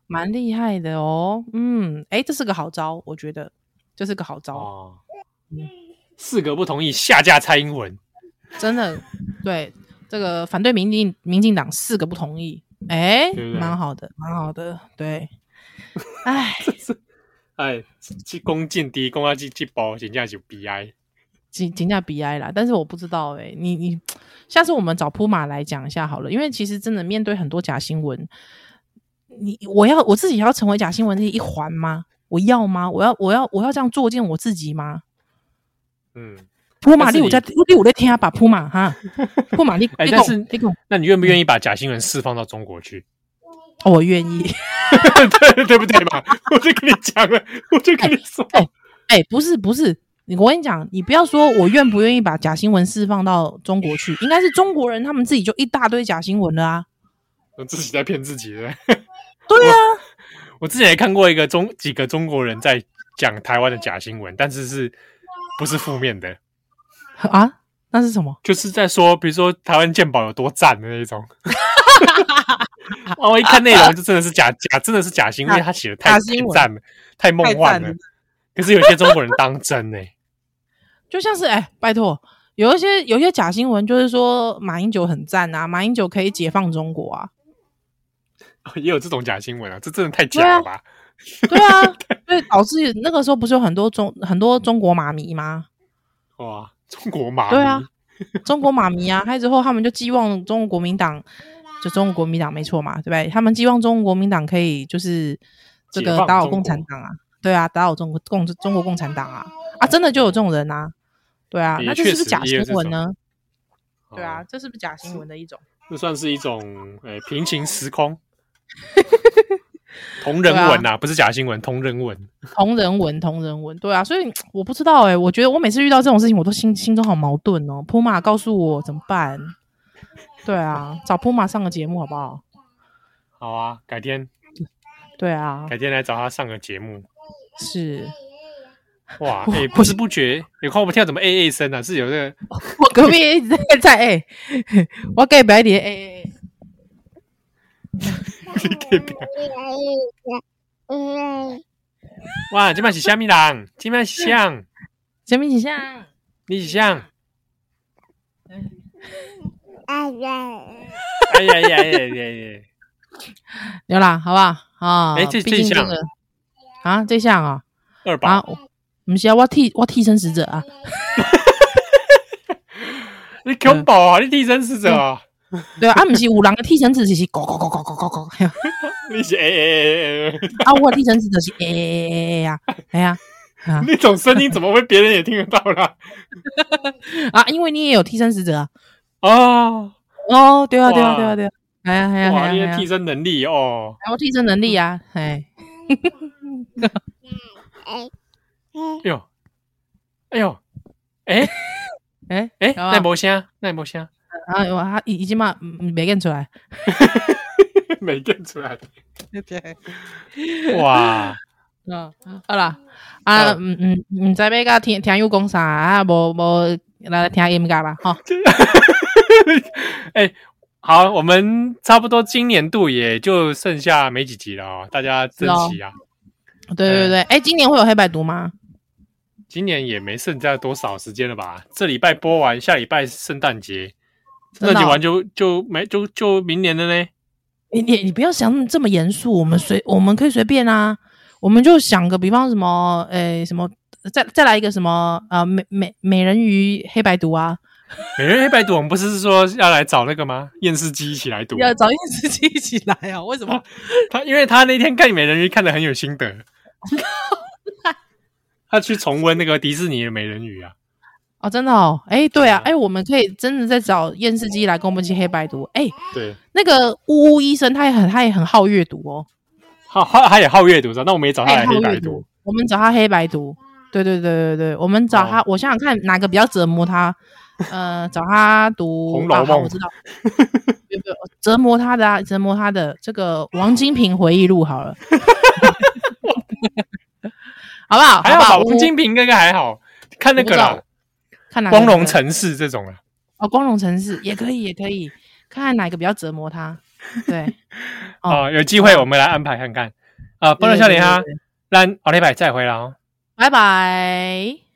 [SPEAKER 4] 蛮厉害的哦。嗯，哎，这是个好招，我觉得这是个好招。
[SPEAKER 2] 哦，四个不同意下架蔡英文，
[SPEAKER 4] 真的，对这个反对民进民进党四个不同意，哎、
[SPEAKER 2] 对不对
[SPEAKER 4] 蛮好的，蛮好的， 对。哎，
[SPEAKER 2] 哎，去攻进敌，攻啊去去包，人家就悲哀。
[SPEAKER 4] 评评价 BI 啦，但是我不知道哎、你你下次我们找铺马来讲一下好了，因为其实真的面对很多假新闻，你我要我自己要成为假新闻的一环吗？我要吗？我要我要我要这样作践我自己吗？
[SPEAKER 2] 嗯，
[SPEAKER 4] 铺马
[SPEAKER 2] 但是
[SPEAKER 4] 力
[SPEAKER 2] 你
[SPEAKER 4] 我在力我在听啊，把铺 马哈，铺马力，
[SPEAKER 2] 哎
[SPEAKER 4] 你
[SPEAKER 2] 但
[SPEAKER 4] 懂
[SPEAKER 2] 是
[SPEAKER 4] 你懂，
[SPEAKER 2] 那你愿不愿意把假新闻释放到中国去？
[SPEAKER 4] 哦我愿意。
[SPEAKER 2] 对对不对嘛？我就跟你讲了，我就跟你说，
[SPEAKER 4] 哎哎、不是不是，你我跟你讲，你不要说我愿不愿意把假新闻释放到中国去，应该是中国人他们自己就一大堆假新闻了啊。
[SPEAKER 2] 我自己在骗自己的。
[SPEAKER 4] 对啊，
[SPEAKER 2] 我之前也看过一个中几个中国人在讲台湾的假新闻，但是是不是负面的？
[SPEAKER 4] 啊，那是什么？
[SPEAKER 2] 就是在说，比如说台湾鉴宝有多赞的那一种。 哇！我一看内容就真的是假假，真的是假新闻，因为他写的太
[SPEAKER 4] 假
[SPEAKER 2] 太
[SPEAKER 4] 新闻
[SPEAKER 2] 赞了，太梦
[SPEAKER 4] 太
[SPEAKER 2] 幻
[SPEAKER 4] 赞
[SPEAKER 2] 了
[SPEAKER 4] 了。
[SPEAKER 2] 可是有些中国人当真呢、
[SPEAKER 4] 就像是哎、拜托，有一些有一些假新闻就是说马英九很赞啊，马英九可以解放中国 啊。
[SPEAKER 2] 也有这种假新闻啊，这真的太假了吧？
[SPEAKER 4] 对啊，所以导致那个时候不是有很多中很多中国马迷吗？
[SPEAKER 2] 哇，中国马
[SPEAKER 4] 啊对啊
[SPEAKER 2] 迷，
[SPEAKER 4] 中国马迷啊，还之后他们就寄望中国国民党，就中国国民党没错嘛，对不对？他们寄望中国国民党可以就是这
[SPEAKER 2] 解
[SPEAKER 4] 个
[SPEAKER 2] 放
[SPEAKER 4] 打倒
[SPEAKER 2] 中国
[SPEAKER 4] 共产党啊，对啊，打倒中国共中国共产党啊，啊，真的就有这种人啊，对啊，
[SPEAKER 2] 也
[SPEAKER 4] 那这
[SPEAKER 2] 确
[SPEAKER 4] 是不是
[SPEAKER 2] 实
[SPEAKER 4] 假
[SPEAKER 2] 也
[SPEAKER 4] 新
[SPEAKER 2] 有这
[SPEAKER 4] 闻呢？对
[SPEAKER 2] 哦
[SPEAKER 4] 啊，这是不是假新闻的一种？
[SPEAKER 2] 这算是一种呃平行时 空，同人文呐、啊，不是假新闻，同人文。
[SPEAKER 4] 同人文，同人文，对啊，所以我不知道哎、我觉得我每次遇到这种事情，我都心心中好矛盾哦。普马告诉我怎么办？对啊，找普马上个节目好不好？
[SPEAKER 2] 好啊，改天
[SPEAKER 4] 对啊，
[SPEAKER 2] 改天来找他上个节目。
[SPEAKER 4] 是
[SPEAKER 2] 哇，哎、不知不觉，你看我们跳怎么 A A 声啊？是有这个
[SPEAKER 4] 我隔壁一直在在哎、欸，我给白点哎哎哎，
[SPEAKER 2] 哇，今晚是虾米人？今晚是像
[SPEAKER 4] 前面几项
[SPEAKER 2] 你是像？哎呀呀呀呀呀！
[SPEAKER 4] 有啦，好不好啊？
[SPEAKER 2] 欸这
[SPEAKER 4] 毕竟
[SPEAKER 2] 这项
[SPEAKER 4] 个啊，这项啊
[SPEAKER 2] 二宝、
[SPEAKER 4] 啊，不是啊，我替我替身使者啊，
[SPEAKER 2] 你恐怖
[SPEAKER 4] 嗯
[SPEAKER 2] 啊！你替身使者啊！
[SPEAKER 4] 对啊，啊不是五郎的替身使者是狗狗狗狗狗狗狗，啊
[SPEAKER 2] 你是 A A A A，
[SPEAKER 4] 我的替身使者是哎哎哎哎呀哎呀啊
[SPEAKER 2] 那种声音怎么会别人也听得到啦？
[SPEAKER 4] 啊，因为你也有替身使者啊，
[SPEAKER 2] 哦，
[SPEAKER 4] 哦，对啊对啊对啊对啊，哎呀哎呀
[SPEAKER 2] 哇，
[SPEAKER 4] 哎
[SPEAKER 2] 你
[SPEAKER 4] 呀
[SPEAKER 2] 的
[SPEAKER 4] 哎
[SPEAKER 2] 替
[SPEAKER 4] 呀，
[SPEAKER 2] 身能力哦，
[SPEAKER 4] 还有替身能力啊，哎，
[SPEAKER 2] 哎呦，哎呦，哎
[SPEAKER 4] 哎
[SPEAKER 2] 哎，
[SPEAKER 4] 有啊
[SPEAKER 2] 那无声，那无声，
[SPEAKER 4] 啊，我他已已经嘛嗯没认出来，
[SPEAKER 2] 没认出 来。对，哇，
[SPEAKER 4] 嗯，好啦，啊，
[SPEAKER 2] 好
[SPEAKER 4] 嗯嗯，唔知要甲听听友讲啥啊，无无来听音乐啦，吼，
[SPEAKER 2] 哎、好，我们差不多今年度也就剩下没几集了哦，大家珍惜啊。
[SPEAKER 4] 对对对，哎，今年会有黑白读吗？
[SPEAKER 2] 今年也没剩下多少时间了吧？这礼拜播完，下礼拜圣诞节，圣
[SPEAKER 4] 真的哦
[SPEAKER 2] 诞节完就就没就就明年了呢。
[SPEAKER 4] 你你你不要想这么严肃，我们随我们可以随便啊，我们就想个，比方什么，诶，什么，再再来一个什么，呃，美美美人鱼黑白读啊，
[SPEAKER 2] 每人黑白赌，我们不是说要来找那个吗？验尸机一起来赌。
[SPEAKER 4] 要找验尸机一起来啊？为什么？
[SPEAKER 2] 他因为他那天看美人鱼看的很有心 得，他去重温那个迪士尼的美人鱼啊。
[SPEAKER 4] 哦，真的哦，哎，对啊，
[SPEAKER 2] 对啊
[SPEAKER 4] 哎，我们可以真的再找验尸机来跟我们一起黑白读。哎，
[SPEAKER 2] 对，
[SPEAKER 4] 那个呜呜医生他也很他也很好阅读哦，
[SPEAKER 2] 好，他他也好阅读，那我们也找
[SPEAKER 4] 哎
[SPEAKER 2] 他来黑白读。，
[SPEAKER 4] 我们找他黑白读。对对对对对，我们找他，
[SPEAKER 2] 哦
[SPEAKER 4] 我想想看哪个比较折磨他。呃，找他读《
[SPEAKER 2] 红楼
[SPEAKER 4] 啊好
[SPEAKER 2] 梦
[SPEAKER 4] 我 知道，没有没有折磨他的啊，折磨他的这个《王金平回忆录》好了， 好不好？
[SPEAKER 2] 还
[SPEAKER 4] 好不
[SPEAKER 2] 好吧，
[SPEAKER 4] 好？
[SPEAKER 2] 王金平那个还好，看那个
[SPEAKER 4] 我不
[SPEAKER 2] 啦，
[SPEAKER 4] 看哪个
[SPEAKER 2] 光
[SPEAKER 4] 比
[SPEAKER 2] 荣
[SPEAKER 4] 较
[SPEAKER 2] 城市这种啊。
[SPEAKER 4] 哦，光荣城市也可以，也可以，看看哪个比较折磨他。对，哦
[SPEAKER 2] 啊、有机会我们来安排看看。啊、不能笑脸哈
[SPEAKER 4] 对，
[SPEAKER 2] 让奥利百再回来哦。
[SPEAKER 4] 拜拜。